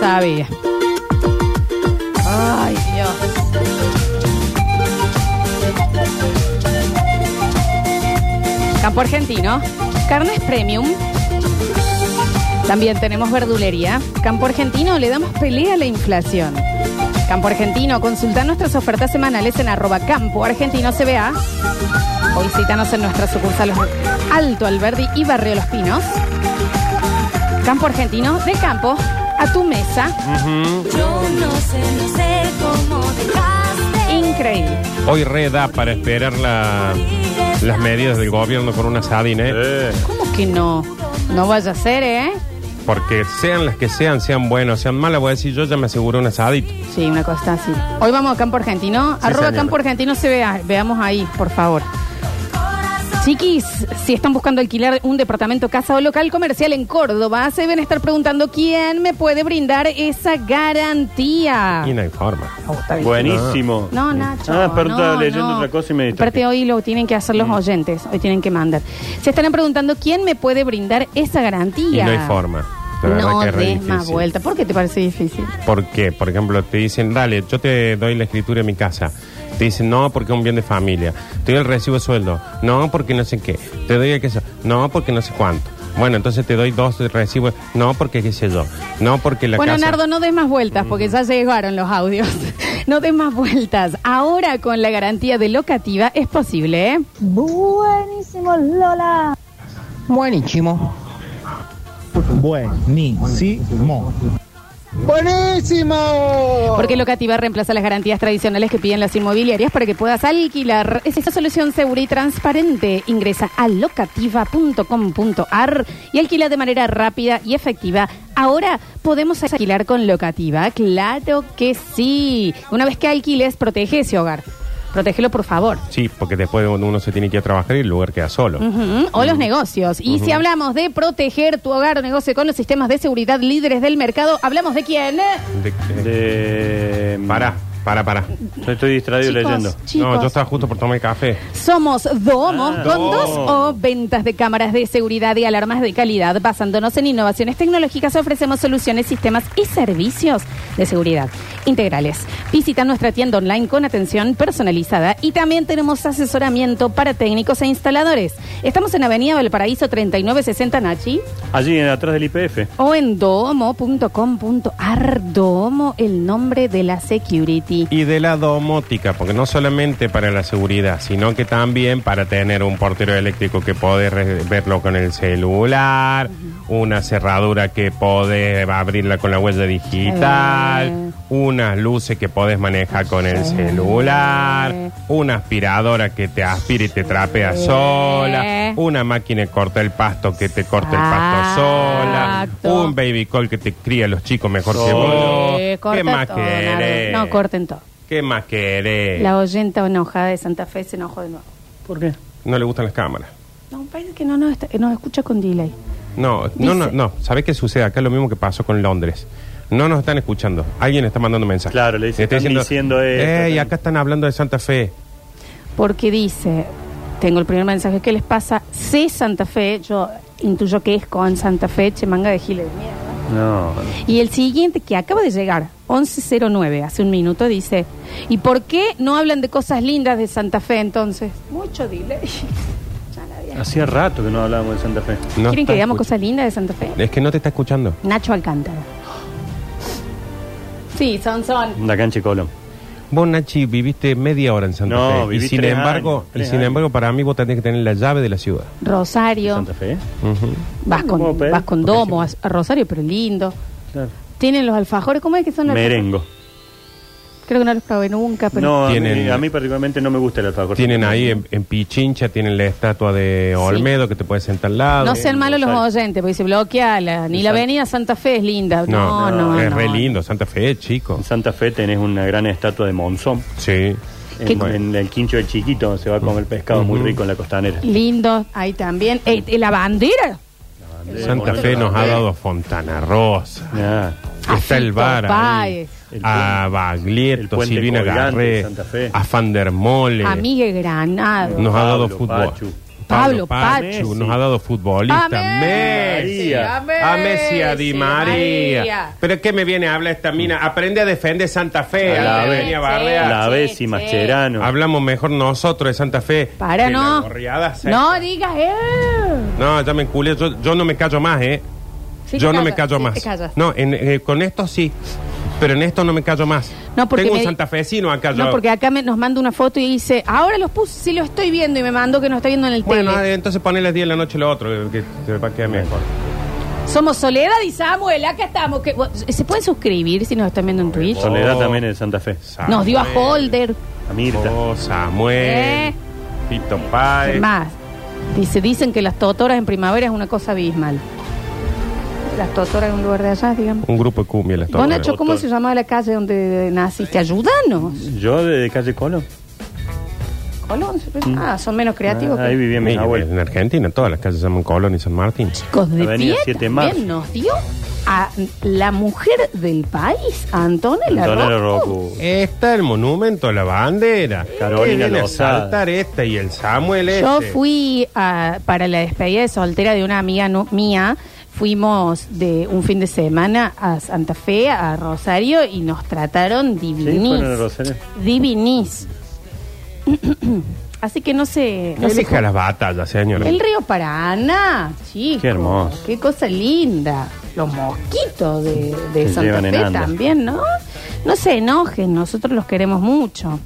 sabía. Ay, Dios. Campo Argentino, carnes premium. También tenemos verdulería. Campo Argentino, le damos pelea a la inflación. Campo Argentino, consulta nuestras ofertas semanales en arroba campo argentino CBA. O visítanos en nuestras sucursales Alto Alberdi y Barrio Los Pinos. Campo Argentino, de campo a tu mesa. Yo no sé, no sé cómo dejaste Increíble. Hoy re da para esperar la- las medidas del gobierno con una sadina, ¿eh? Eh, ¿Cómo que no? No vaya a ser, ¿eh? Porque sean las que sean, sean buenas, sean malas, voy a decir yo ya me aseguré un asadito. Sí, una cosa así. Hoy vamos a Campo Argentino. Arroba señor. Campo Argentino se vea. Veamos ahí, por favor. Chiquis, si están buscando alquilar un departamento, casa o local comercial en Córdoba, se deben estar preguntando quién me puede brindar esa garantía. Y no hay forma. Oh, está bien. buenísimo. No, Nacho. Ah, pero no, estaba leyendo no. otra cosa y me distraje. Mm. Aparte, hoy lo tienen que hacer los oyentes. Hoy tienen que mandar. Se estarán preguntando quién me puede brindar esa Y garantía. no hay forma. La verdad no que es re des más difícil. vuelta. ¿Por qué te parece difícil? ¿Por qué? Por ejemplo, te dicen, dale, yo te doy la escritura en mi casa. Te dicen, no, porque es un bien de familia. Te doy el recibo de sueldo. No, porque no sé qué. Te doy el queso. No, porque no sé cuánto. Bueno, entonces te doy dos recibos. No, porque qué sé yo. No, porque la bueno, casa... Nardo, no des más vueltas porque ya llegaron los audios. No des más vueltas. Ahora con la garantía de locativa es posible, ¿eh? Buenísimo, Lola. Buenísimo. Buenísimo. Buenísimo. Porque locativa reemplaza las garantías tradicionales que piden las inmobiliarias para que puedas alquilar. Es esta solución segura y transparente. Ingresa a locativa.com.ar y alquila de manera rápida y efectiva. Ahora podemos alquilar con locativa. Claro que sí. Una vez que alquiles, protege ese hogar. Protégelo, por favor. Sí, porque después uno se tiene que ir a trabajar y el lugar queda solo. Ujú, ¿Mm? O los negocios. Y si hablamos de proteger tu hogar o negocio con los sistemas de seguridad líderes del mercado, ¿hablamos de quién? De- de- De... Pará, pará, pará. Yo estoy distraído Chicos, leyendo. chicos, No, yo estaba justo por tomar el café. somos Domos Ah, con Domo. dos O ventas de cámaras de seguridad y alarmas de calidad. Basándonos en innovaciones tecnológicas, ofrecemos soluciones, sistemas y servicios de seguridad integrales. Visita nuestra tienda online con atención personalizada y también tenemos asesoramiento para técnicos e instaladores. Estamos en Avenida Valparaíso 3960 Nachi. Allí en- atrás del IPF. O en domo.com.ar, domo, el nombre de la security. Y de la domótica, porque no solamente para la seguridad, sino que también para tener un portero eléctrico que podés re- verlo con el celular, una cerradura que podés abrirla con la huella digital, Eh. unas luces que podés manejar con el celular, una aspiradora que te aspira y te trapea sola, una máquina que corta el pasto que te corta el pasto Exacto. sola, un baby call que te cría a los chicos mejor que Sí, vos. Eh, ¿Qué corten más todo, querés? Eh. Nardo. No, corten todo. ¿Qué más querés? La oyenta enojada de Santa Fe se enojó de nuevo. ¿Por qué? No le gustan las cámaras. No, parece que no nos, está- nos escucha con delay. No, no, no, no. ¿Sabés qué sucede? Acá es lo mismo que pasó con Londres. No nos están escuchando. Alguien está mandando mensajes. Claro, le dice, está están diciendo esto, Ey, están- acá están hablando de Santa Fe. Porque dice, tengo el primer mensaje, ¿qué les pasa? Sé Santa Fe, yo intuyo que es con Santa Fe, che manga de giles de mierda. No. Y el siguiente que acaba de llegar, 1109, hace un minuto, dice, ¿y por qué no hablan de cosas lindas de Santa Fe entonces? Mucho delay. Hacía rato que no hablábamos de Santa Fe. No ¿Quieren está que digamos escuch- cosas lindas de Santa Fe? Es que no te está escuchando. Nacho Alcántara. Sí, son, son. La cancha y Colón. Vos, Nachi, viviste media hora en Santa No, Fe. Y viví sin tres embargo, años, tres y sin años. embargo, para mí vos tenés que tener la llave de la ciudad. Rosario. Santa Fe. Ujú. Vas ¿Cómo con, pedir? vas con Porque domo a, a Rosario, pero lindo. Claro. Tienen los alfajores, ¿cómo es que son los Merengo. alfajores? Creo que no los probé nunca, pero... No, a mí, Tienen- a mí particularmente no me gusta el alfajor. Tienen ahí en, en Pichincha, tienen la estatua de Olmedo que te puedes sentar al lado. No sean malos los Rosario. oyentes, porque se bloquea la- ni la Exacto. avenida Santa Fe es linda. No, No, no, no. es re lindo, Santa Fe, chico. En Santa Fe tenés una gran estatua de Monzón. Sí. ¿Qué? En, en el quincho del chiquito donde se va a comer pescado muy rico en la costanera. Lindo, ahí también. Eh, eh, la bandera. Santa Fe nos ha dado Fontana Rosa. Ah, A Está el Fito bar ahí, Páez. El a el Baglietto, puente Silvina colgante de Garré, Santa Fe. a Van der Mole. A Migue Granado. Nos ha dado Pablo, fútbol. Pachu. Pablo Pachu. Nos ha dado futbolista. Amén. Messi. Sí, amén. A Messi, a Di Sí, María. María. Pero ¿qué me viene a hablar esta mina? Aprende a defender Santa Fe. Mm. A la antes vez. venía a Sí, bardear. La sí, vez sí. y Mascherano. Hablamos mejor nosotros de Santa Fe. Para, que no. la gorriada se- No digas, eh. No, ya me enculé. Yo, yo no me callo más, ¿eh? Sí te yo no me callas, callo sí más. te callas. No, en- eh, con esto sí. Pero en esto no me callo más. No, porque Tengo me- un santafesino acá. yo. No, porque acá me- nos manda una foto y dice, ahora los puse, sí lo estoy viendo y me mandó que no está viendo en el Bueno, tele. eh, entonces poné las 10 de la noche lo otro, que te va a quedar mejor. Somos Soledad y Samuel, acá estamos. que- bueno, ¿Se pueden suscribir si nos están viendo en Twitch? Oh. Soledad también en Santa Fe. Ah, Nos dio a Samuel. Holder. A Mirta. Oh, Samuel. ¿Eh? Pito Páez. Más. Dice, dicen que las totoras en primavera es una cosa abismal. Las totoras en un lugar de allá, digamos. Un grupo de cumbia las Vos, tomas. Nacho, ¿cómo Totora. se llamaba la calle donde naciste? Ayúdanos. Yo de calle Colón. Colón. se llama. Ah, son menos creativos. Ah, ahí que... vivía mi Mira, abuelo. En Argentina todas las calles se llaman Colón y San Martín. Chicos de Avenida pie 7 de también marzo. nos dio a la mujer del país, Antonella, Antonella Rocco. Rocco. Está el monumento a la bandera. Carolina Que viene a Lozada. saltar esta y el Samuel este. Yo fui a- para la despedida de soltera de una amiga nu- mía. Fuimos de un fin de semana a Santa Fe, a Rosario, y nos trataron Sí, divinis. fueron a Rosario. divinis. Así que no sé. no sé Elija las batallas, señor. El río Paraná, chicos. Qué hermoso. Qué cosa linda. Los mosquitos de, de Se Santa llevan en Fe andas. también, ¿no? No se enojen, nosotros los queremos mucho.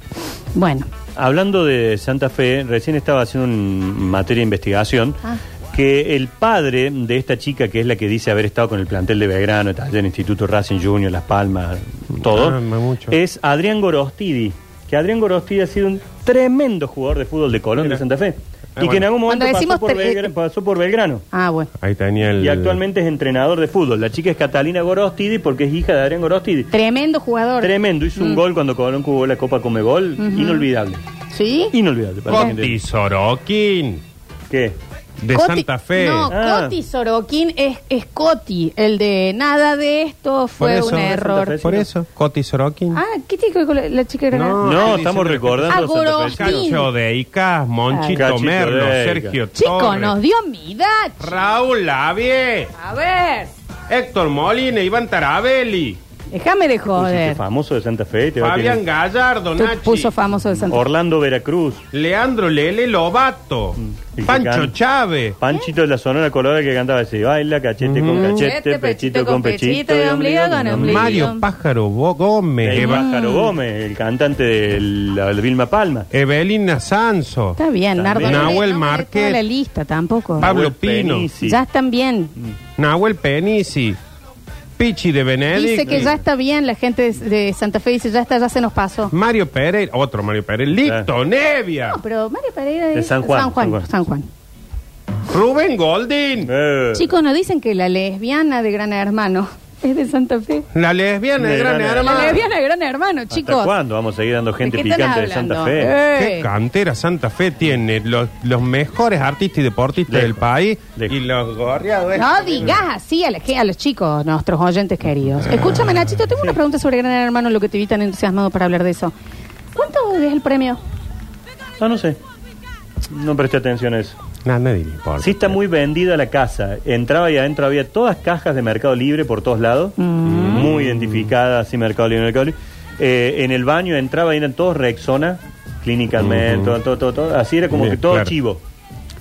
Bueno, Hablando de Santa Fe, recién estaba haciendo un materia de investigación Ah. que el padre de esta chica, que es la que dice haber estado con el plantel de Belgrano, taller Instituto Racing Junior, Las Palmas, todo, Ah, mucho. es Adrián Gorostidi. Que Adrián Gorostidi ha sido un tremendo jugador de fútbol de Colón Mira. de Santa Fe. Ah, y que en bueno. algún momento Cuando decimos pasó por, tre- Belgra- pasó por Belgrano. ah, bueno. Ahí tenía el. Y actualmente es entrenador de fútbol. La chica es Catalina Gorostidi porque es hija de Adrián Gorostidi. Tremendo jugador. Tremendo, hizo un gol cuando Colón jugó la Copa Comebol. Inolvidable. ¿Sí? Inolvidable. para la gente. Conti Sorokin. ¿Qué? De Coti- Santa Fe. No, Ah. Coti Sorokin es, es Coti. El de nada de esto Por fue eso, un de Santa error. Fe. Por eso, Coti Sorokin. Ah, ¿qué tiene que ver con la, la chica de Granada? No, No, sí, estamos sí, recordando. a Santa Fe. Agorostini. Cacho de Icas, Monchito Cachito Merlo, de Ica. Sergio Chico, Torres, nos dio mida. chi- Raúl Lavie, A ver, Héctor Molina, Iván Tarabelli, déjame de Pusiste joder. famoso de Santa Fe. Te va a Fabián tener- Gallardo, Tú Nachi, puso famoso de Santa Fe. Orlando Veracruz. Leandro Lele Lobato, El que Pancho canta. Chávez. Panchito de la Sonora Colorada que cantaba así. Baila cachete con Mm. cachete, pechito con pechito y ombligo con ombligo. Mario Pájaro Bo- Gómez, El Eva- Pájaro Gómez, el cantante de la de Vilma Palma. Evelina Sanso, Está bien, También. Nardo. no le- Nahuel no me des Márquez. toda la lista tampoco. Pablo Manuel Pino. Penici. Ya están bien. Nahuel Penisi, Pichi de Benedict, Dice que ya está bien. La gente de, de Santa Fe dice, ya está, ya se nos pasó. Mario Pérez, otro Mario Pérez, Eh. Lito Nevia, No, pero Mario Pereira De es- San Juan, San Juan. San Juan. San Juan. Rubén Goldin. Eh, Chicos, nos dicen que la lesbiana de Gran Hermano es de Santa Fe. La lesbiana de De Gran Gran La Hermano. lesbiana de Gran Hermano, Ah. ¿Hasta chicos. cuándo vamos a seguir dando gente ¿De qué están picante de Santa hablando? Fe? ¿Qué Eh. cantera Santa Fe tiene los, los mejores artistas y deportistas Lejos. del país Lejos. y los gorreados? No digas así a, la ge- a los chicos, nuestros oyentes queridos. Ah. Escúchame, Nachito, tengo una pregunta sobre Gran Hermano, lo que te vi tan entusiasmado para hablar de eso. ¿Cuánto es el premio? Ah, No, no sé. No presté atención a eso. No, nadie le importa. Sí está muy vendida la casa. Entraba y adentro había todas cajas de Mercado Libre por todos lados. Mm. Muy identificada, así Mercado Libre, Mercado Libre. Eh, en el baño entraba y eran todos Rexona, Clínica Med, todo, todo, todo, todo. Así era como Bien, que todo claro. chivo.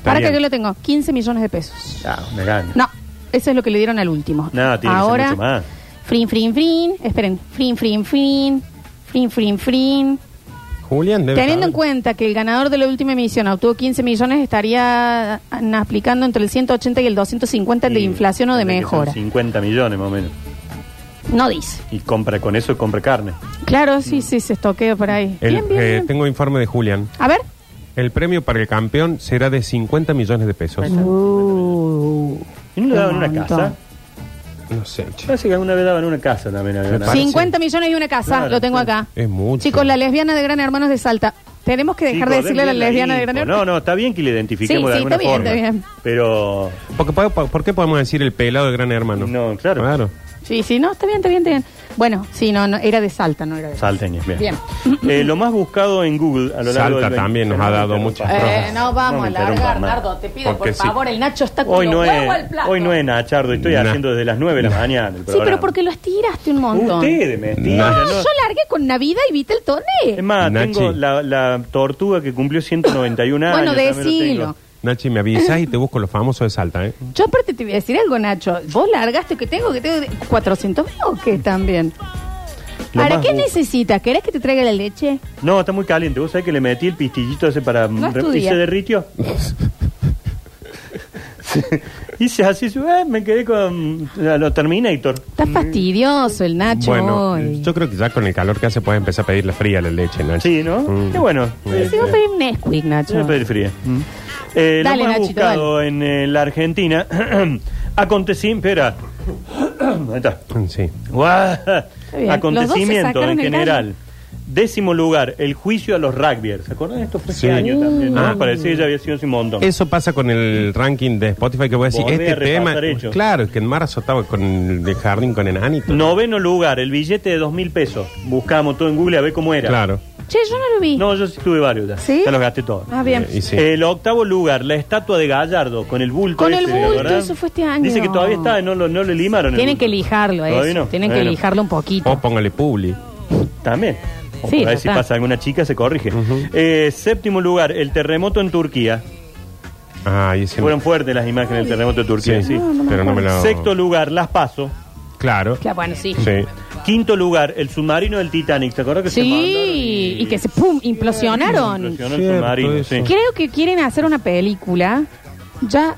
Para bien. que yo lo tengo, 15 millones de pesos. Ah, me gano. No, eso es lo que le dieron al último. No, tiene que ser Ahora, mucho más. frin, frin, frin, esperen, frin, frin, frin, frin, frin, frin. Julián debe Teniendo en saber. cuenta que el ganador de la última emisión obtuvo 15 millones, estaría ah, aplicando entre el 180 y el 250 el de Y inflación o de tendría que ser mejora. 50 millones más o menos. No dice. Y compra con eso, compra carne. Claro, Mm. sí, sí, se estoqueó por ahí. El- bien, bien, eh, bien. Tengo informe de Julián. A ver. El premio para el campeón será de 50 millones de pesos. Uh, ¿Y no le qué daban una montón. casa? No sé, che. Parece que alguna vez daban una casa también. había ganado. Parece. 50 millones y una casa, Claro, lo tengo sí. acá. Es mucho. Chicos, la lesbiana de Gran Hermano es de Salta. Tenemos que dejar Chicos, de den decirle a la pues, bien lesbiana de info. Gran Hermano. No, no, está bien que le identifiquemos Sí, de sí, alguna está bien, forma. está bien. Pero Porque, po- po- ¿Por qué podemos decir el pelado de Gran Hermano? No, claro. Claro. Sí, sí, no, está bien, está bien, está bien. Bueno, sí, no, no, era de Salta, no era de Salteña, bien. Bien. Eh, lo más buscado en Google a lo Salta largo del 20. también nos No ha me dado interrumpa. muchas Eh, no vamos me a interrumpa largar, más. Nardo, te pido Porque por sí. favor, el Nacho está con Hoy los no, huevos es, al plato. hoy no es Nachardo, estoy Nah. haciendo desde las 9 de la mañana. El Sí, pero programa. porque lo estiraste un montón. Ustedes me No, estiran, ¿no? yo largué con Navidad y Vita el Es Toné. más, Nachi. tengo la, la tortuga que cumplió 191 años. Bueno, también lo tengo. decilo. Nachi, me avisas y te busco los famosos de Salta, ¿eh? Yo aparte te voy a decir algo, Nacho. Vos largaste que tengo, que tengo 400 bloques también. Lo ¿Para más qué bu- necesitas? ¿Querés que te traiga la leche? No, está muy caliente. ¿Vos sabés que le metí el pistillito ese para... No re- y estudia. se derritió. Hice así, eh, me quedé con... a Lo Terminator. Está fastidioso el Nacho Bueno, hoy. yo creo que ya con el calor que hace puedes empezar a pedirle fría a la leche, Mm. Nacho. Sí, ¿no? Qué bueno. Sí, voy a pedir un Nesquik, Nacho. Voy a pedir fría. Mm. Eh, Dale, lo más Nachito, buscado en eh, la Argentina... Acontecimiento... Espera. Ahí está. Sí. Guau. bien. Los Acontecimiento dos se en sacaron el general. Décimo lugar, el juicio a los rugbyers. ¿Se acuerdan? Esto fue Sí. este año también, ¿no? Ah. Parecía que ya había sido hace un montón. Eso pasa con el ranking de Spotify que voy a decir, Volvé a este repasar tema... hechos. Claro, que en marzo estaba con el de jardín con enanito. Noveno lugar, el billete de dos mil pesos. Buscamos todo en Google a ver cómo era. Claro. Che, yo no lo vi. No, yo sí tuve varios ya. ¿Sí? Ya los gasté todos. Ah, bien. Eh, y sí. El octavo lugar, la estatua de Gallardo con el bulto. Con el ese, bulto, ¿verdad? eso fue este año. Dice que todavía está, no lo, no lo limaron. el Tienen bulto. que lijarlo a Todavía eso. no. Tienen que Bueno, lijarlo un poquito. O póngale publi. También. O Sí, por ahí ya si está. pasa alguna chica se corrige. Eh, séptimo lugar, el terremoto en Turquía. Ah, y ese... Fueron fuertes las imágenes del terremoto de Turquía, sí. pero no me lo... Sexto lugar, Las Paso. Claro. Claro, bueno, sí. Sí, Sí. Quinto lugar, el submarino del Titanic. ¿Te acuerdas que se mandaron y... que se pum, implosionaron. Impresionó Cierto el submarino, eso. sí. Creo que quieren hacer una película. Ya.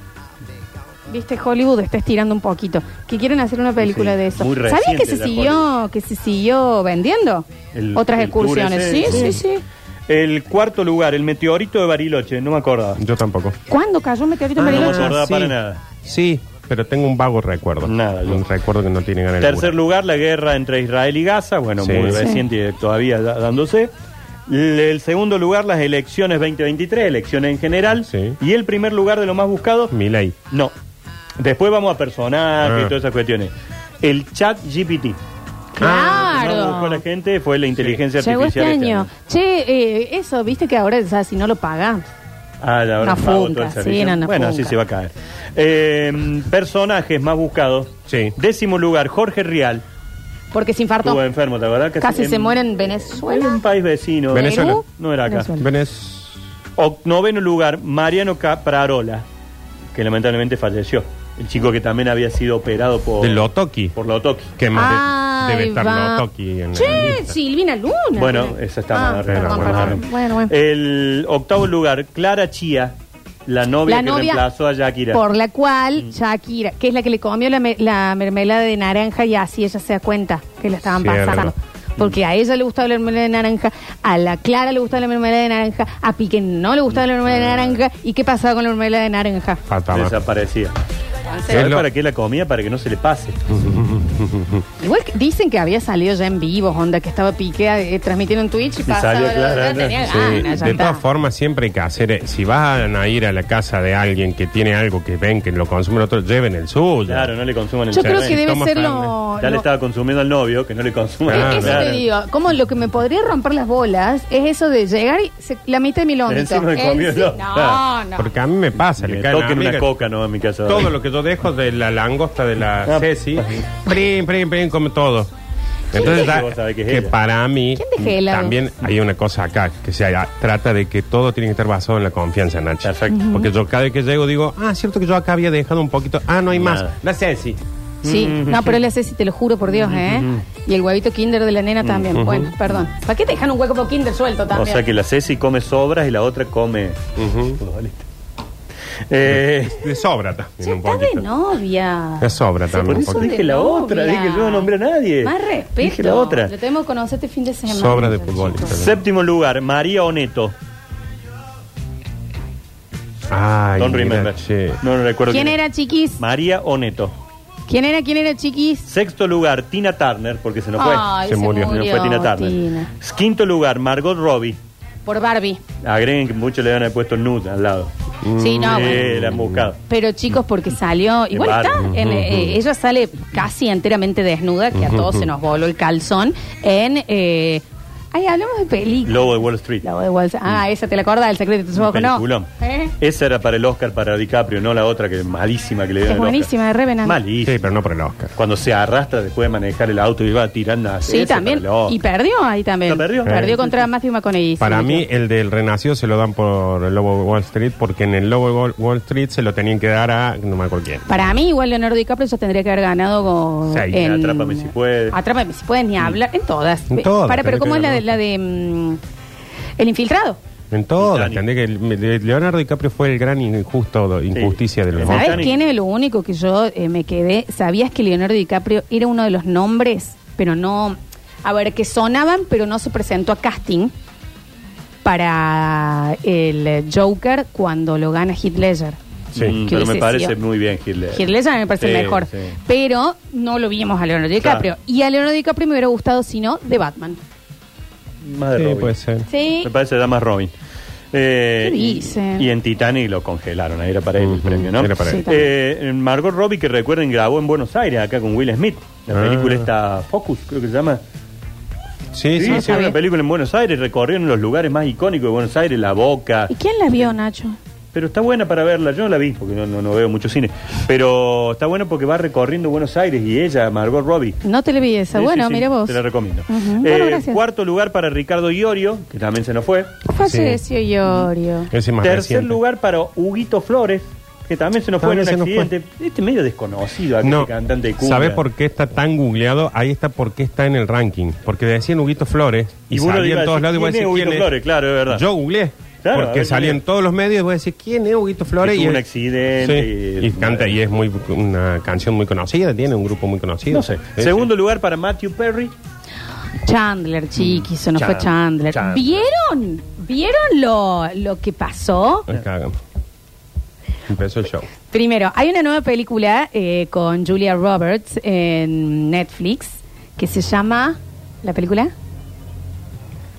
Viste, Hollywood está estirando un poquito. Que quieren hacer una película Sí, de eso. muy ¿Sabías que reciente se la siguió, que se siguió vendiendo? El- Otras el tour excursiones. Sí, ese, sí, sí, El cuarto lugar, el meteorito de Bariloche. No me acordaba. Yo tampoco. ¿Cuándo cayó un meteorito en Ah, no me Bariloche? acordaba sí. para nada. Sí, pero tengo un vago recuerdo. Nada, yo- Un recuerdo que no tiene ganas Tercer lugar, la guerra entre Israel y Gaza. Bueno, Sí. muy Sí. reciente y todavía da- dándose. L- El segundo lugar, las elecciones 2023, elecciones en general. Sí. Y el primer lugar de lo más buscado, Miley. no. Después vamos a personajes Ah. y todas esas cuestiones. El chat GPT. Lo que más buscó la Claro. gente fue la inteligencia Llegó este artificial. este año. año. Che, eh, eso, viste que ahora, o sea, si no lo pagas. Ah, ya Una habrán pagado todo funca, el sí, servicio. era una Bueno, así funca. se va a caer. Eh, personajes más buscados. Sí. Décimo lugar, Jorge Rial. Porque se infartó. Estuvo enfermo, ¿te acordás? Casi se en- muere en en Venezuela. un país vecino. Venezuela. Perú. No era acá. Venezuela. Venez. O- noveno lugar, Mariano Caprarola, que lamentablemente falleció. El chico que también había sido operado por... De Lotoki. Por Lotoki. Que más de- Ay, debe estar Ah, va. Lotoki en la Che, lista. Silvina Luna. Bueno, esa está Ah, más perdón, arriba, perdón. más arriba. Bueno, bueno. Eh, El octavo lugar, Clara Chía, la novia La que novia reemplazó a Shakira. Por la Mm. cual Shakira, que es la que le comió la, me- la mermelada de naranja y así ella se da cuenta que la estaban Cierto. pasando. Porque a ella le gustaba la mermelada de naranja, a la Clara le gustaba la mermelada de naranja, a Piqué no le gustaba la mermelada de naranja. ¿Y qué pasaba con la mermelada de naranja? Fatal. Desaparecía. Es ¿Sabes lo- para qué la comía? Para que no se le pase. Igual que- dicen que había salido ya en vivo, onda, que estaba Piqué eh, transmitiendo en Twitch y, pasaba. salió la- Clara, ya ¿no? tenía Sí, ganas, ya de está. todas formas, siempre hay que hacer. eh, Si van a ir a la casa de alguien que tiene algo que ven que lo consume el otro, lleven el suyo. Claro, no le consuman el Yo creo Fernet. que debe Toma ser Fernet. lo. Ya le lo- estaba consumiendo al novio, que no le consuma. Claro. Eso Claro. te digo, como lo que me podría romper las bolas es eso de llegar y se- la mitad de mi longa. Encima de comido, no, no. no. Ah. Porque a mí me pasa, Que le caen toquen una amigas. coca, ¿no? En mi casa. Todo lo que yo dejo de la langosta de la Ah, Ceci, pa- prim, prim, prim, come todo. Entonces, deja- ya- Vos sabés que que, es ella. para mí ¿Quién deja helado? también hay una cosa acá, que se ha- trata de que todo tiene que estar basado en la confianza, Nacho. Perfecto. Porque yo cada vez que llego digo, ah, cierto que yo acá había dejado un poquito, ah, no hay Nada. más. La Ceci. Sí, no, pero le hace si te lo juro por Dios, ¿eh? Y el huevito Kinder de la nena también. Bueno, perdón. ¿Para qué te dejan un hueco por Kinder suelto O también? sea que la Ceci come sobras y la otra come. ¿Mm? Eh, De sobra también Ya un está poquito. de novia. De sobra por también un eso poquito. dije la otra, Novia. dije yo no nombré a nadie. Más respeto. Dije la otra. Lo tenemos que conocer este fin de semana. Sobra de futbolista. Séptimo lugar, María Oneto. Ay, Don't mira, remember. che. No, no recuerdo. ¿Quién era, chiquis? María Oneto. ¿Quién era, quién era, chiquis? Sexto lugar, Tina Turner, porque se nos fue. Ay, Se murió. Se nos fue Tina Turner. Tina. Quinto lugar, Margot Robbie. Por Barbie. Agreguen que muchos le han puesto nude al lado. Sí, no, Mm, Sí, Ah, eh, bueno. la han buscado. Pero chicos, porque salió, Mm. En igual está, Barbie. en, eh, ella sale casi enteramente desnuda, que a todos se nos voló el calzón, en... Eh, ay, hablamos de película. Lobo de Wall Street. La voz de Wall- Ah, esa te la acordás, El secreto de tus ojos, ¿no? Peliculón. ¿Eh? Esa era para el Oscar para DiCaprio, no la otra que malísima que le Es dieron. el Oscar. buenísima, de Revenant. Malísima. Sí, pero no por el Oscar. Cuando se arrastra después de manejar el auto y va tirando así. Sí, también. Y perdió ahí también. ¿La perdió? Perdió Sí, contra Matthew McConaughey. se Para metió. mí, el del Renacido se lo dan por el Lobo de Wall Street, porque en el Lobo de Wall- Wall Street se lo tenían que dar a no me acuerdo quién. Para mí, igual Leonardo DiCaprio ya tendría que haber ganado con. Sí, Atrápame si Mm. puedes. Atrápame si puedes, ni hablar. En todas. En todas, Para, pero tendría ¿cómo es que la de, la de. mm, ganar. el infiltrado? En todas, Titanic. entendés que el- Leonardo DiCaprio fue el gran injusto, injusticia de los Ajá. ¿Sabes Titanic. quién es lo único que yo eh, me quedé? ¿Sabías que Leonardo DiCaprio era uno de los nombres, pero no. A ver, que sonaban, pero no se presentó a casting para el Joker cuando lo gana Heath Ledger? Sí. Mm, Que pero me hubiese parece sido. muy bien Hitler. Heath Ledger me parece Sí, el mejor. sí. Pero no lo vimos a Leonardo DiCaprio. Claro. Y a Leonardo DiCaprio me hubiera gustado, si no, de Batman. Más de Sí, pues. Robin. puede ser. Sí. Me parece que da más Robin. Eh, ¿Qué y- dice? Y, en Titanic lo congelaron, ahí era para él el Ujú, premio, ¿no? era para Sí, él. también. Eh, Margot Robbie, que recuerden, grabó en Buenos Aires, acá con Will Smith. La Ah. película está Focus, creo que se llama. Sí, sí, Sí, no hicieron sabía. una película en Buenos Aires, recorrieron los lugares más icónicos de Buenos Aires, La Boca. ¿Y quién la vio, Nacho? Pero está buena para verla, yo no la vi porque no, no, no veo mucho cine. Pero está buena porque va recorriendo Buenos Aires y ella, Margot Robbie. No te le vi esa. Sí, bueno, sí, sí, mira vos. Te la recomiendo. Ujú. Eh, Bueno, gracias. Cuarto lugar para Ricardo Iorio, que también se nos fue. Falleció Mm. Iorio. Ese es más Tercer reciente. lugar para Huguito Flores, que también se nos fue en También un se nos accidente. Este medio desconocido, aquel No, cantante de cumbia. ¿sabes por qué está tan googleado? Ahí está por qué está en el ranking. Porque decían Huguito Flores y, Y uno salía iba a en todos decir, lados y vos ¿quién es decís Huguito quién es. Flores? Claro, es verdad. Yo googleé. Claro, a porque ver, salía ¿quién en es? todos los medios y vos decís quién es Huguito Flores. Que y tuvo un es- accidente Sí, y- y canta y es muy una canción muy conocida, tiene un grupo muy conocido. No sé. Sí, Segundo lugar para Matthew Perry. Chandler, chiqui, se nos Chan- fue Chandler. Chandler. ¿Vieron? ¿Vieron lo, lo que pasó? sí. Ay, cagan. Empezó el show. Primero, hay una nueva película eh, con Julia Roberts en Netflix que se llama. ¿La película?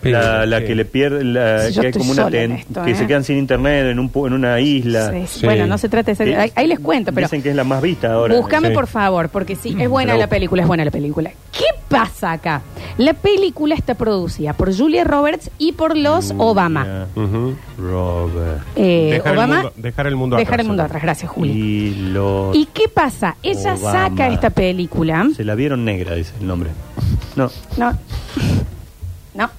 La, la Sí. que le pierde, la- Sí, yo que es estoy como una sola en ten- esto, que eh. se quedan sin internet en, un, pu- en una isla. Sí, sí. Sí. Bueno, no se trata de Sí. Eh, esa. Ahí, ahí les cuento, pero. Dicen que es la más vista ahora. Búscame Sí. por favor, porque sí, es buena Pero- la película, es buena la película. ¿Qué pasa acá? La película está producida por Julia Roberts y por los Mm, Obama. Ujú. Robert. Eh, Dejar el Obama. mundo- dejar el mundo Dejar atrás, el mundo ¿no? atrás, gracias, Julia. Y los. ¿Y qué pasa? Ella Obama. saca esta película. Se la vieron negra, dice el nombre. No. No. No.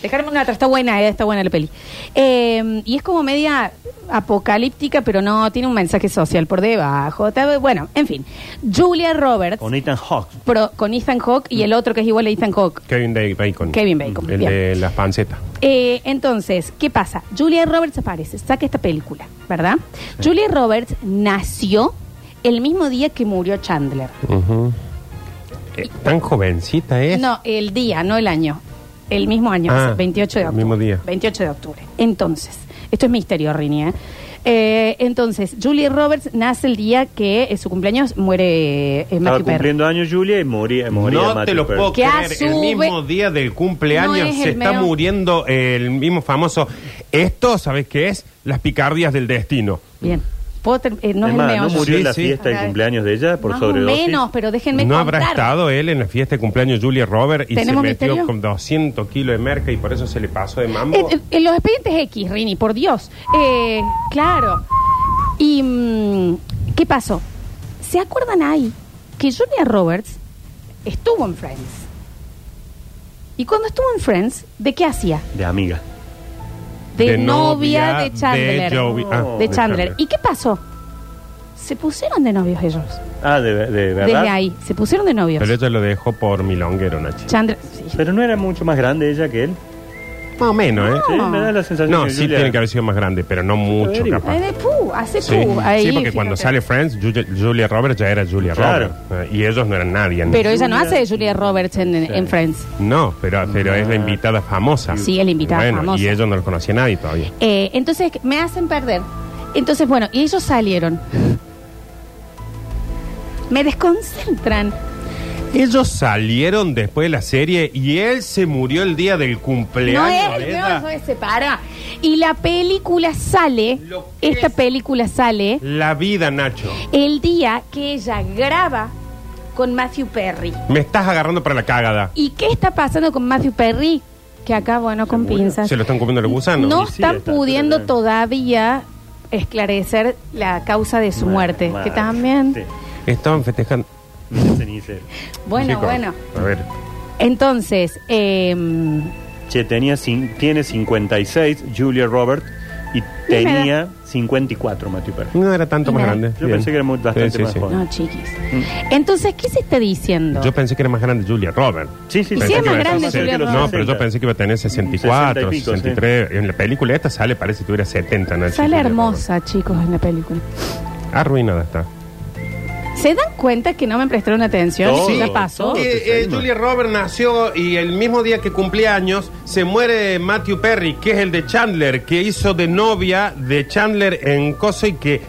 Dejar el mundo atrás, está buena, eh, está buena la peli. Eh, y es como media apocalíptica, pero no tiene un mensaje social por debajo. está- Bueno, en fin. Julia Roberts. Con Ethan Hawke. pro- con Ethan Hawke y el otro que es igual a Ethan Hawke. Kevin Day- Bacon. Kevin Bacon, El bien. de las pancetas. Eh, entonces, ¿qué pasa? Julia Roberts aparece, saca esta película, ¿verdad? Julia Roberts nació el mismo día que murió Chandler. Ujú. Eh, tan jovencita es. No, el día, no el año. El mismo año, ¿Eh? Ah, 28 de el octubre. mismo día. 28 de octubre. Entonces, esto es misterio, Rini. ¿eh? Eh, entonces, Julia Roberts nace el día que eh, su cumpleaños muere eh, Estaba Matthew Perry. cumpliendo años Julia y moría. moría no te Matthew lo Perry. puedo Que creer. El asube- mismo día del cumpleaños No es se el está mero- muriendo el mismo famoso. Esto, ¿sabes qué es? Las picardias del destino. Bien. ¿Puedo ter- eh, no Es es el más, meollo. no murió en la Sí, sí. fiesta de cumpleaños de ella por Más o sobredosis. menos, pero déjenme ¿No contar. habrá estado él en la fiesta de cumpleaños de Julia Robert y se ¿Tenemos metió misterio? con 200 kilos de merca y por eso se le pasó de mambo? Eh, eh, en los expedientes X, Rini, por Dios. Eh, claro. ¿Y mm, qué pasó? ¿Se acuerdan ahí que Julia Roberts estuvo en Friends? Y cuando estuvo en Friends, ¿de qué hacía? De amiga. De, novia, de Chandler. Jovi- ah, De Chandler. ¿Y qué pasó? Se pusieron de novios ellos. Ah, de, de verdad. Desde ahí. Se pusieron de novios. Pero ella lo dejó por milonguero, Nachi. Chandler. sí. Pero no era mucho más grande ella que él. Más o menos, ¿eh? Sí, me da la sensación No, que sí Julia- tiene que haber sido más grande, pero no mucho, Averigua. capaz. Ay, Eh, de pu, hace Sí, pu, Uh, ahí, sí, porque cuando fíjate. sale Friends, Julia, Julia Roberts ya era Julia Claro. Roberts. Eh, Y ellos no eran nadie. ¿no? Pero ella no hace de Julia Roberts en, en- en Friends. No, pero, pero es la Ah. invitada famosa. Sí, es la invitada Bueno, famosa. Y ellos no los conocía nadie todavía. Eh, entonces me hacen perder. Entonces, bueno, y ellos salieron. Me desconcentran. Ellos salieron después de la serie y él se murió el día del No cumpleaños. de es, ella. no, no es, se para. Y la película sale, Lo que esta es. película sale La vida, Nacho. el día que ella graba con Matthew Perry. Me estás agarrando para la cagada. ¿Y qué está pasando con Matthew Perry? Que acá, bueno, con pinzas. Se lo están comiendo los gusanos. No Y sí, están está, pudiendo pero- todavía esclarecer la causa de su Madre, muerte. madre. que también. Sí, Estaban festejando. un cenicero. Bueno, Chicos, bueno. A ver. Entonces, eh, Che, tenía cin- tiene 56 Julia Robert y tenía 54 Matthew Perry. No era tanto más Mira. grande. Yo pensé que era muy- bastante más joven. no, chiquis. Entonces, ¿qué se está diciendo? Yo pensé que era más grande Julia Robert. Sí, sí, Y si es sí. más que iba a grande, tener- Julia Roberts. No, pero yo pensé que iba a tener 64, 60 y pico, 63. En la película esta sale, parece que tuviera 70. Nacho, Sale Julia hermosa, chicos, en la película. Roberts. Arruinada está. ¿Se dan cuenta que no me prestaron atención? Todo, ¿Ya pasó? todo. Que, eh, Julia Roberts nació y el mismo día que cumplía años se muere Matthew Perry, que es el de Chandler, que hizo de novia de Chandler en Coso y que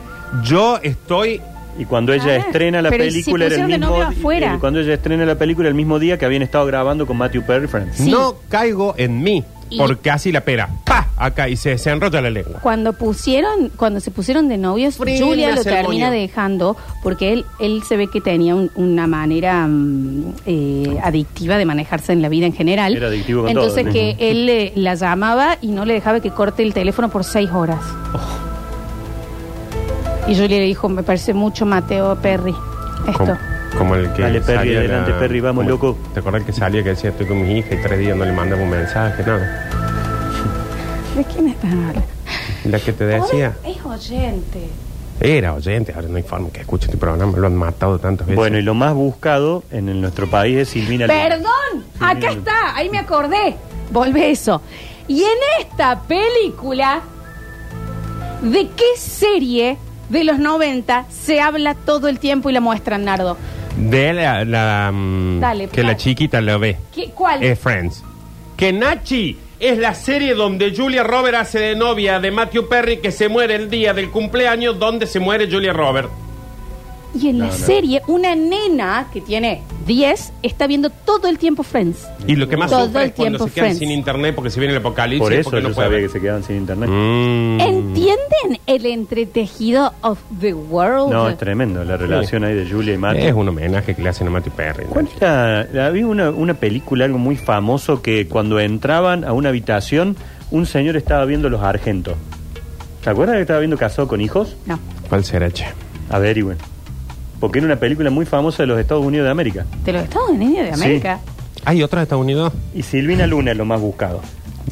yo estoy. Y cuando ella Ah, estrena la pero si película era el pusieron de mismo novio afuera. eh, cuando ella estrena la película el mismo día que habían estado grabando con Matthew Perry Friends. Sí. No caigo en mí Y- por casi la pera. ¡Pa! Acá y se, se enrolla la lengua. Cuando pusieron, cuando se pusieron de novios, Fría Julia lo ceremonia. termina dejando porque él, él se ve que tenía un- una manera mm, eh, adictiva de manejarse en la vida en general. Era adictivo con Entonces todo, que ¿no? él eh, la llamaba y no le dejaba que corte el teléfono por seis horas. Oh. Y Julia le dijo, me parece mucho Mateo Perry. Esto. Como, como el que. Dale, Perry, salía adelante, Perry, vamos, como- loco. ¿Te acordás que salía que decía estoy con mi hija y tres días no le mandaba un mensaje? Nada. ¿De quién estás hablando? La que te decía. Pobre- Es oyente. Era oyente, ahora no hay forma que escuche este programa, lo han matado tantas veces. Bueno, y lo más buscado en, el- nuestro país es Silvina Luna. Perdón, Silvina acá Luna. está, ahí me acordé. Volvé eso. Y en esta película, ¿de qué serie de los 90 se habla todo el tiempo y la muestran, Nardo? De la, la, mm, Dale, que la Fran. chiquita lo ve. ¿Qué- ¿Cuál? Es Friends. Que Nachi es la serie donde Julia Robert hace de novia de Matthew Perry que se muere el día del cumpleaños donde se muere Julia Robert. y en la No, no. serie, una nena que tiene 10 está viendo todo el tiempo Friends. Y lo que más Todo sufre el es cuando tiempo se quedan Friends. sin internet porque se viene el apocalipsis. Por eso porque yo puede sabía ver. que se quedaban sin internet. Mm. ¿Entienden el entretejido of the world? No, es tremendo la relación ahí de Julia y Matthew. Ah, Es un homenaje que le hacen a Matthew Perry. ¿Cuál Nachi. era? Había una, una película, algo muy famoso, que cuando entraban a una habitación, un señor estaba viendo los argentos. ¿Te acuerdas que estaba viendo Casado con Hijos? No, ¿Cuál será, che? Averigüen. Porque era una película muy famosa de los Estados Unidos de América. de los Estados Unidos de Sí. América. ¿Hay otra de Estados Unidos? Y Silvina Luna es lo más buscado.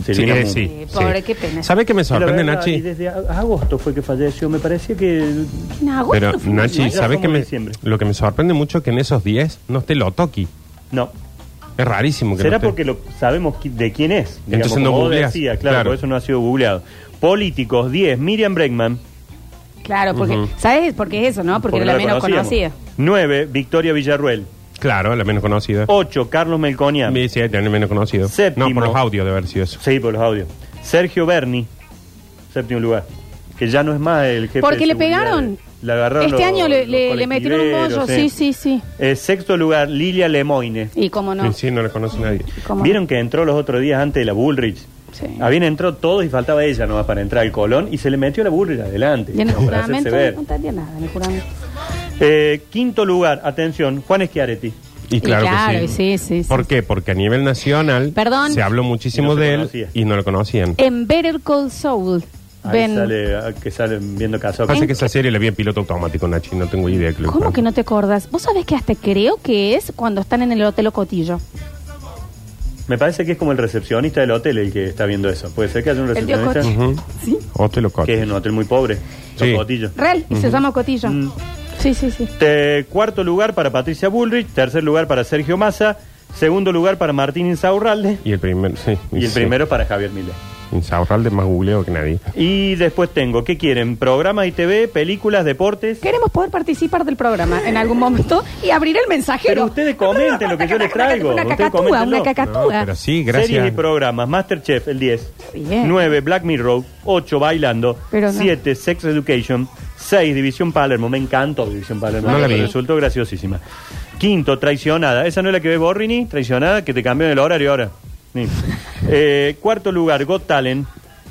Silvina eh, Moon. Sí, pobre, qué pena. ¿Sabe qué me Y la sorprende, verdad, Nachi? Y desde a- agosto fue que falleció. Me parecía que. En agosto Pero, fue, Nachi, ¿no? Ya ¿sabes somos que me, diciembre. lo que me sorprende mucho es que en esos 10 no esté Lotoki? No. Es rarísimo que no Será esté. porque lo sabemos qui- de quién es. Entonces no como vos googleás, decías, claro, claro. por eso no ha sido googleado. Políticos 10, Miriam Bregman. Claro, porque, Ujú. ¿sabes por qué es eso, no? Porque, era la menos conocida. 9, Victoria Villarruel. Claro, la menos conocida. 8, Carlos Melconian. Me dice, "Este es el menos conocido. Séptimo. No, por los audios de haber sido eso. Sí, por los audios. Sergio Berni, séptimo lugar. Que ya no es más el jefe. Porque de le seguridad pegaron. de- le agarraron este los- año le, los le- le metieron un colectiveros, bollo, sí, sí, sí. Eh, sexto lugar, Lilia Lemoine. Y cómo no. Y Sí, no la conoce nadie. cómo no. Vieron que entró los otros días antes de la Bullrich. Ah, Sí. Habían entrado todos y faltaba ella nomás para entrar al Colón y se le metió la Bullrich adelante. Y en el como para hacerse juramento ver. no entendía nada, en el juramento. Eh, quinto lugar, atención, Juan Schiaretti. Y claro, claro, que y sí, sí. sí, sí. ¿Por qué? Porque a nivel nacional Perdón. se habló Y muchísimo no se de él conocía. y no lo conocían. En Better Call Saul, Ahí ven. sale, ah, que salen viendo casado. Pasa que esa serie la vi en piloto automático, Nachi. No tengo idea. que lo- ¿Cómo que no te acordás? Vos sabés que hasta creo que es cuando están en el Hotel Ocotillo. Me parece que es como el recepcionista del hotel el que está viendo eso. Puede ser que haya un El tío recepcionista Cochi. Ujú. Sí. O te ¿Mm? lo corto. que es un hotel muy pobre. Sí. Los Cotillo. Real, y se llama Ocotillo. Mm. Sí, sí, sí. Te- cuarto lugar para Patricia Bullrich, tercer lugar para Sergio Massa, segundo lugar para Martín Insaurralde Y el primero, sí. y el sí. primero para Javier Milei. Insaurralde es más googleo que nadie. Y después tengo, ¿qué quieren? Programas y TV, películas, deportes. Queremos poder participar del programa en algún momento y abrir el mensajero. Pero ustedes comenten lo que yo les traigo. Una Ustedes cacatúa, coméntenlo. una cacatúa. No, pero sí, gracias. Series y programas, Masterchef, el 10. Bien. 9, Black Mirror. 8, Bailando. Pero no. 7, Sex Education. 6. División Palermo. Me encantó División Palermo. No la Me vi. Resultó graciosísima. Quinto, Traicionada. Esa no es la que ve Borrini. Traicionada, que te cambió el horario ahora. Ni. Eh, cuarto lugar, Got Talent.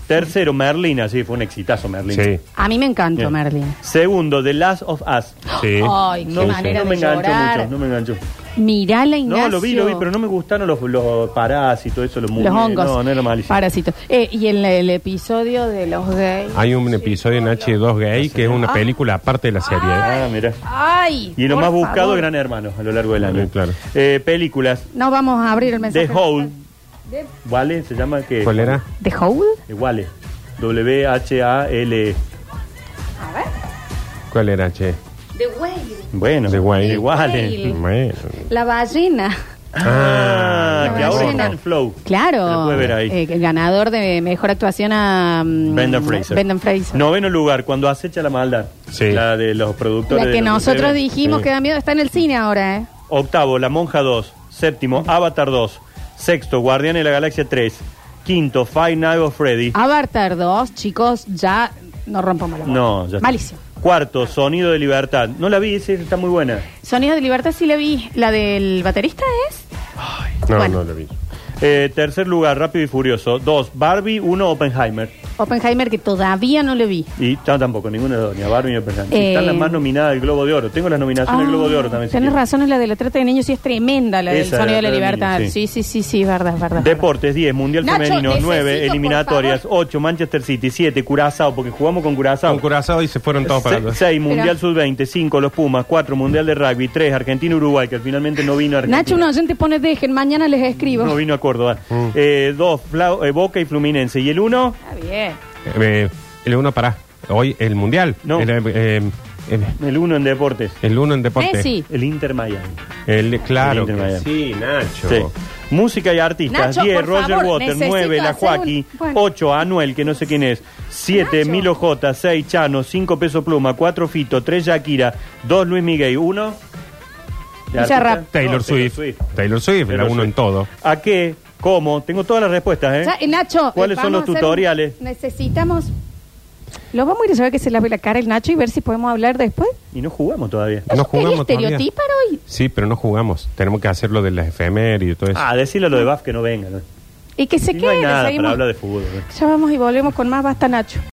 Tercero, Merlina. Sí, fue un exitazo Merlina. Sí. A mí me encantó, Bien. Merlin. Segundo, The Last of Us. Sí. Ay, qué No, manera no me de enganchó llorar. mucho, no me enganchó. Mirá la Ignacio. No, lo vi, lo vi, pero no me gustaron los, los parásitos, eso, los Los muñecos. hongos. No, no era malísimo. Parásitos. Eh, y el, el episodio de los gays. Hay un episodio en H2 Gay que es Ah. una película aparte de la serie. ¿eh? Ah, mira. Ay. Y lo por más buscado, favor. Gran Hermano, a lo largo del año. Sí, claro. Eh, películas, No vamos a abrir el mensaje. The Hole. ¿Vale? ¿Se llama qué? ¿Cuál era? ¿The Hole? Eh, Wale. W-H-A-L. ¿Cuál era, che? The Whale. Bueno, The Whale. de Wale. Whale. Bueno. La ballena. Ah, Ah, que ahora bueno. está en Flow. Se la Claro. puede ver ahí. Eh, el ganador de mejor actuación a. mm, Brendan Fraser. Brendan Fraser. Noveno lugar, cuando acecha la maldad. Sí. La de los productores. La de que los nosotros TV. dijimos Sí. que da miedo está en el cine ahora, ¿eh? Octavo, La Monja 2. Séptimo, Avatar 2. Sexto, Guardián de la Galaxia 3. Quinto, Five Nights at Freddy. Ah, Avatar 2, chicos, ya no rompamos la bola. No, ya está. Malísimo. Cuarto, Sonido de Libertad. No la vi, esa está muy buena. Sonido de Libertad sí la vi. ¿La del baterista es? No, Bueno. no lo vi. Eh, tercer lugar, Rápido y Furioso. Dos, Barbie. Uno, Oppenheimer. Oppenheimer, que todavía no lo vi. Y no, tampoco, ninguna de dos, ni a Barbie ni a Oppenheimer. Eh. Están las más nominadas del Globo de Oro. Tengo las nominaciones del Globo de Oro también. si Tienes quieres. Ah, razón, es la de la trata de niños, sí es tremenda la del Esa, Sonido de la la de Libertad. niños, sí, sí. sí, sí, sí, es verdad, es verdad. es verdad. Deportes 10, Mundial Nacho, Femenino necesito, 9, por eliminatorias 8, Manchester City 7, Curazao, porque jugamos con Curazao. Con Curazao y se fueron todos para 6, Mundial Sub-20, 5, Los Pumas, 4, Mundial de Rugby, 3, Argentina-Uruguay, que finalmente no vino a Argentina. Nacho, un oyente pone dejen, mañana les escribo. No vino a Córdoba. Mm. Eh, dos, Flau- eh, Boca y Fluminense. Y el uno, Está bien. Eh, el uno para hoy el mundial. No. El, eh, eh, el- el uno en deportes. el uno en deporte. Messi. El Inter Miami. El claro. El Inter que Miami. sí, Nacho. Sí. Música y artistas. Nacho, 10, por Roger favor, Waters. necesito 9, La hacer un- Joaquín. Bueno. 8, Anuel, que no sé quién es. 7, Nacho. Milo J. 6, Chano. 5, Peso Pluma. 4, Fito. 3, Shakira. 2, Luis Miguel. 1, Bizarrap. Taylor, Swift. Taylor Swift, la Taylor uno en Swift. todo. ¿A qué? ¿Cómo? Tengo todas las respuestas, ¿eh? Ya, eh, Nacho, ¿Cuáles eh, son vamos los a hacer- tutoriales? Necesitamos. Lo vamos a ir a llevar que se lave la cara el Nacho y ver si podemos hablar después. Y no jugamos todavía. No ¿Sos quería jugamos todavía. estereotipar hoy? Sí, pero no jugamos. Tenemos que hacer lo de las efemérides y todo eso. Ah, decirle a lo de Baf que no venga. ¿no? Y que se Y no quede. hay nada seguimos. para hablar de fútbol. ¿no? Ya vamos y volvemos con más Basta Nacho.